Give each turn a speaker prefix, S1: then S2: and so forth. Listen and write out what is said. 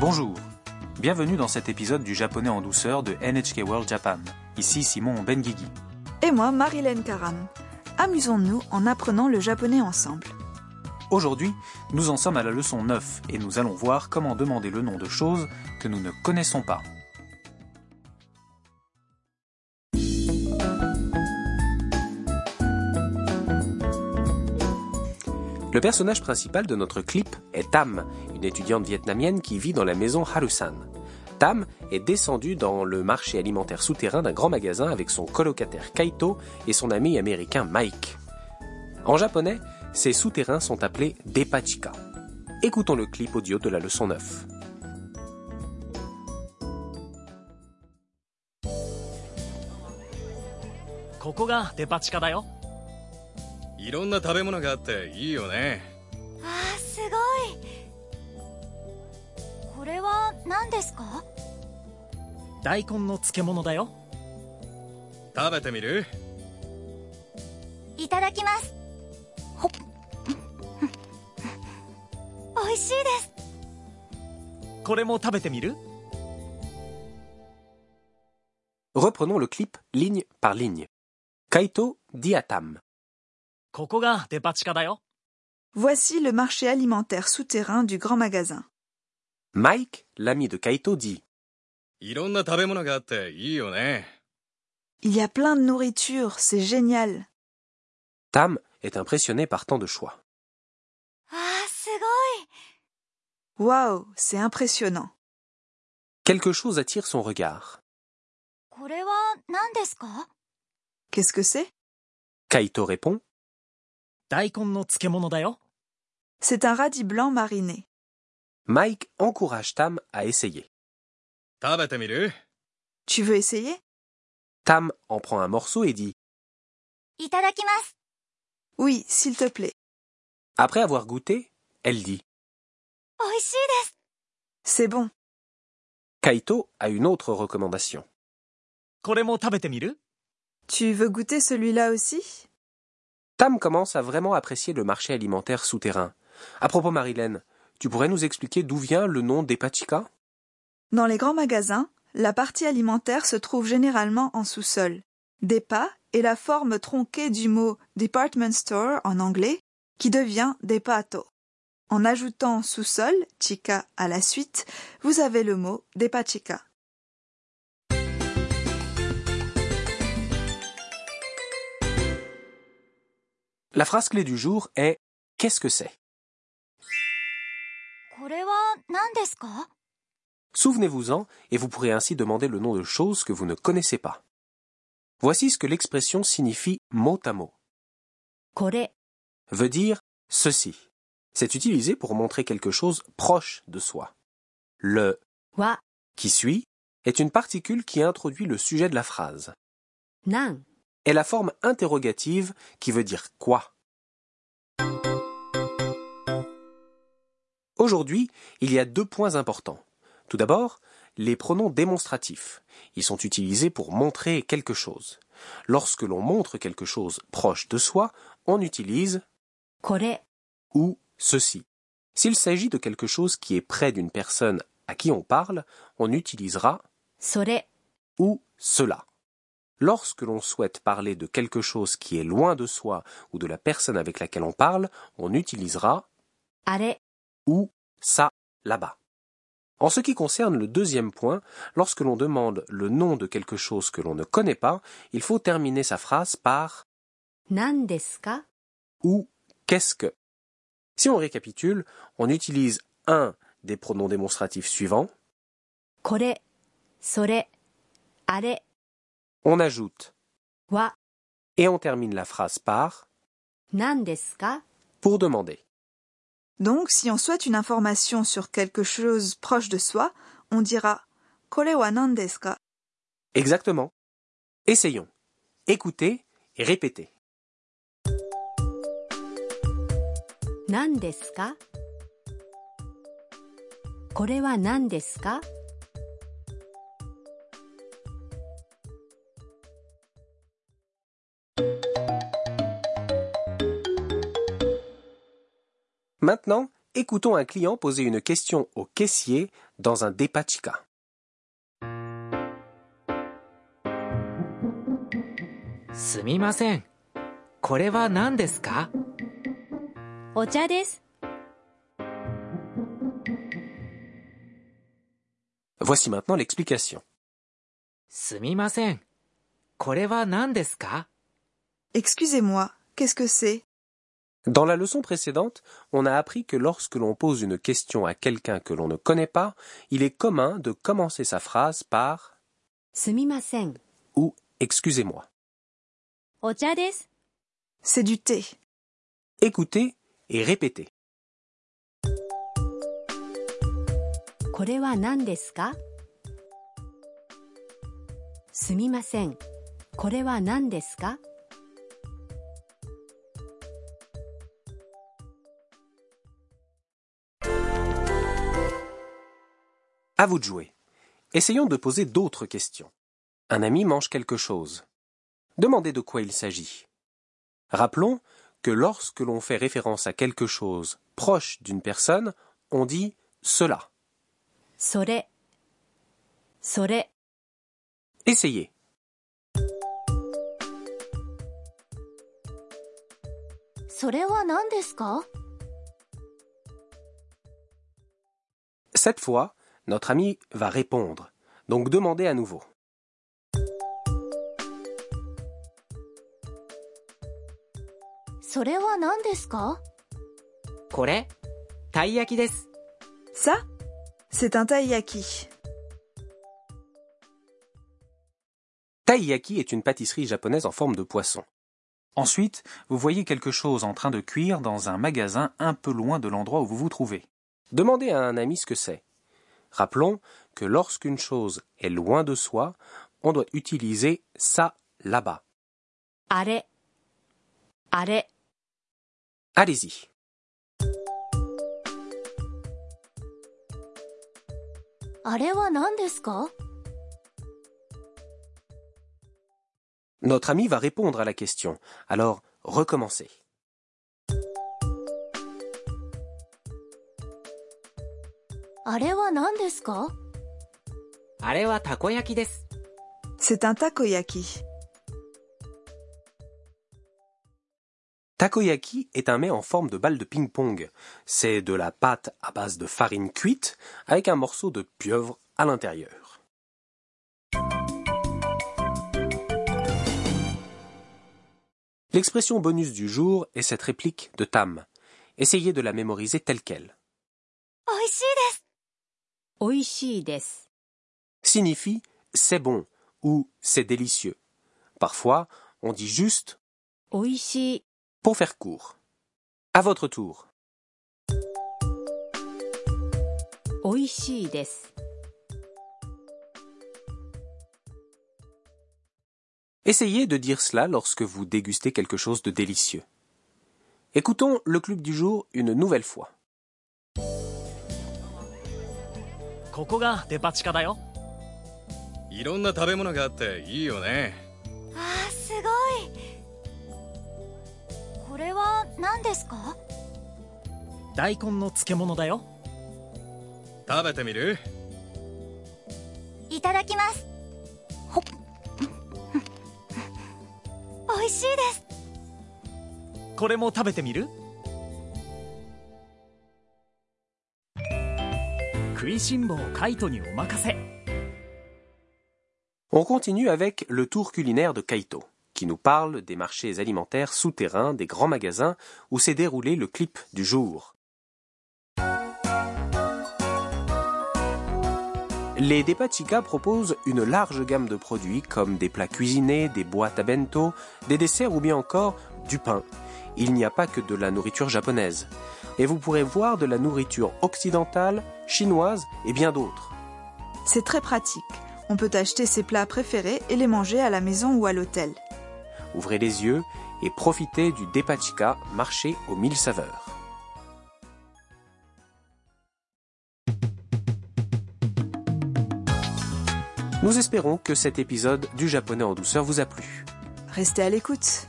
S1: Bonjour, bienvenue dans cet épisode du japonais en douceur de NHK World Japan. Ici Simon Benguigui.
S2: Et moi, Marilyn Karam. Amusons-nous en apprenant le japonais ensemble.
S1: Aujourd'hui, nous en sommes à la leçon 9 et nous allons voir comment demander le nom de choses que nous ne connaissons pas.
S3: Le personnage principal de notre clip est Tam, une étudiante vietnamienne qui vit dans la maison Harusan. Tam est descendue dans le marché alimentaire souterrain d'un grand magasin avec son colocataire Kaito et son ami américain Mike. En japonais, ces souterrains sont appelés depachika. Écoutons le clip audio de la leçon 9.
S4: ここがデパ地下だよ
S5: いろんな食べ物があっていいよね
S6: あーすごいこれは何ですか
S4: 大根の漬物だよ
S5: 食べてみる
S6: いただきますほっ美味しいです
S4: これも食べてみる
S3: Reprenons le clip ligne par ligne. Kaito dit à Tam
S4: ここがデパ地下だよ
S2: Voici le marché alimentaire souterrain du grand magasin.
S3: Mike, l'ami de Kaito, dit
S5: いろんな食べ物があっていいよね
S2: Il y a plein de nourriture, c'est génial.
S3: Tam est impressionné par tant de choix.
S6: あーす
S2: Waouh, c'est impressionnant.
S3: Quelque chose attire son regard.
S6: ごいこれは何ですか
S2: Qu'est-ce que c'est
S3: Kaito répond
S4: 大根の漬物だよ
S2: C'est un radis blanc mariné.
S3: Mike encourage Tam à essayer.
S5: 食べてみる
S2: Tu veux essayer
S3: Tam en prend un morceau et dit
S6: いただきます
S2: Oui, s'il te plaît.
S3: Après avoir goûté, elle dit
S6: 美味しいです
S2: C'est bon.
S3: Kaito a une autre recommandation.
S4: これも食べてみる
S2: Tu veux goûter celui-là aussi
S3: Tam commence à vraiment apprécier le marché alimentaire souterrain. À propos, Marilène, tu pourrais nous expliquer d'où vient le nom d'Epatica
S2: Dans les grands magasins, la partie alimentaire se trouve généralement en sous-sol. Des pas est la forme tronquée du mot department store en anglais qui devient depato. En ajoutant sous-sol, chica, à la suite, vous avez le mot depachica.
S3: La phrase clé du jour est Qu'est-ce que c'est
S6: これは何ですか
S3: Souvenez-vous-en et vous pourrez ainsi demander le nom de choses que vous ne connaissez pas. Voici ce que l'expression signifie mot à mot.
S6: これ
S3: Veut dire ceci. C'est utilisé pour montrer quelque chose proche de soi. Le
S6: は
S3: qui suit est une particule qui introduit le sujet de la phrase.
S6: 何
S3: est la forme interrogative qui veut dire quoi. Aujourd'hui, il y a deux points importants. Tout d'abord, les pronoms démonstratifs. Ils sont utilisés pour montrer quelque chose. Lorsque l'on montre quelque chose proche de soi, on utilise
S6: これ
S3: ou ceci. S'il s'agit de quelque chose qui est près d'une personne à qui on parle, on utilisera
S6: それ
S3: ou cela. Lorsque l'on souhaite parler de quelque chose qui est loin de soi ou de la personne avec laquelle on parle, on utilisera
S6: あれ
S3: ou ça là-bas. En ce qui concerne le deuxième point, lorsque l'on demande le nom de quelque chose que l'on ne connaît pas, il faut terminer sa phrase par
S6: 何ですか
S3: ou qu'est-ce que. Si on récapitule, on utilise un des pronoms démonstratifs suivants,
S6: これそれあれ
S3: on ajoute
S6: は
S3: et on termine la phrase par
S6: 何ですか
S3: pour demander.
S2: Donc, si on souhaite une information sur quelque chose proche de soi, on dira Kore wa nan desu ka
S3: Exactement. Essayons. Écoutez et répétez.
S6: 何ですかこれは何ですか
S3: Maintenant, Écoutons un client poser une question au caissier dans un depachika.
S7: すみませんこれは何ですか
S6: お茶です。
S3: Voici maintenant l'explication.
S7: すみませんこれは何ですか
S2: Excusez-moi, qu'est-ce que c'est
S3: Dans la leçon précédente, on a appris que lorsque l'on pose une question à quelqu'un que l'on ne connaît pas, il est commun de commencer sa phrase par
S6: すみません。
S3: ou excusez-moi.
S6: お茶です。
S2: C'est du thé.
S3: Écoutez et répétez.
S6: これは何ですかすみません。これは何ですか
S3: À vous de jouer. Essayons de poser d'autres questions. Un ami mange quelque chose. Demandez de quoi il s'agit. Rappelons que lorsque l'on fait référence à quelque chose proche d'une personne, on dit cela.
S6: それ。それ。
S3: Essayez.
S6: それは何ですか
S3: Cette fois, notre ami va répondre. Donc demandez à nouveau.
S6: それは何ですか
S7: これたい焼きです
S2: Ça C'est un taiyaki.
S3: Taiyaki est une pâtisserie japonaise en forme de poisson.
S1: Ensuite, vous voyez quelque chose en train de cuire dans un magasin un peu loin de l'endroit où vous vous trouvez.
S3: Demandez à un ami ce que c'est. Rappelons que lorsqu'une chose est loin de soi, on doit utiliser ça là-bas.
S6: あれ。あれ。
S3: Allez-y.
S6: あれは何ですか
S3: Notre ami va répondre à la question. Alors, recommencez.
S6: あれは何ですか
S7: あれはたこ焼きです
S2: C'est un takoyaki.
S3: Takoyaki est un mets en forme de balle de ping-pong. C'est de la pâte à base de farine cuite avec un morceau de pieuvre à l'intérieur. L'expression bonus du jour est cette réplique de Tam. Essayez de la mémoriser telle qu'elle.
S6: 美味しいです。美味しいです。
S3: Signifie c'est bon ou c'est délicieux. Parfois, on dit juste
S6: 美味しい。
S3: pour faire court. À votre tour.
S6: 美味しいです。
S3: Essayez de dire cela lorsque vous dégustez quelque chose de délicieux. Écoutons le club du jour une nouvelle fois.
S4: ここがデパ地下だよ
S5: いろんな食べ物があっていいよね
S6: あーすごいこれは何ですか
S4: 大根の漬物だよ
S5: 食べてみる
S6: いただきますほっ 美味しいです
S4: これも食べてみる食いしん坊カイトにお任せ
S3: On continue avec le tour culinaire de Kaito, qui nous parle des marchés alimentaires souterrains des grands magasins où s'est déroulé le clip du jour. Les Depachika proposent une large gamme de produits comme des plats cuisinés, des boîtes à bento, des desserts ou bien encore du pain. Il n'y a pas que de la nourriture japonaise. Et vous pourrez voir de la nourriture occidentale, chinoise et bien d'autres.
S2: C'est très pratique. On peut acheter ses plats préférés et les manger à la maison ou à l'hôtel.
S3: Ouvrez les yeux et profitez du Depachika, marché aux mille saveurs. Nous espérons que cet épisode du japonais en douceur vous a plu.
S2: Restez à l'écoute.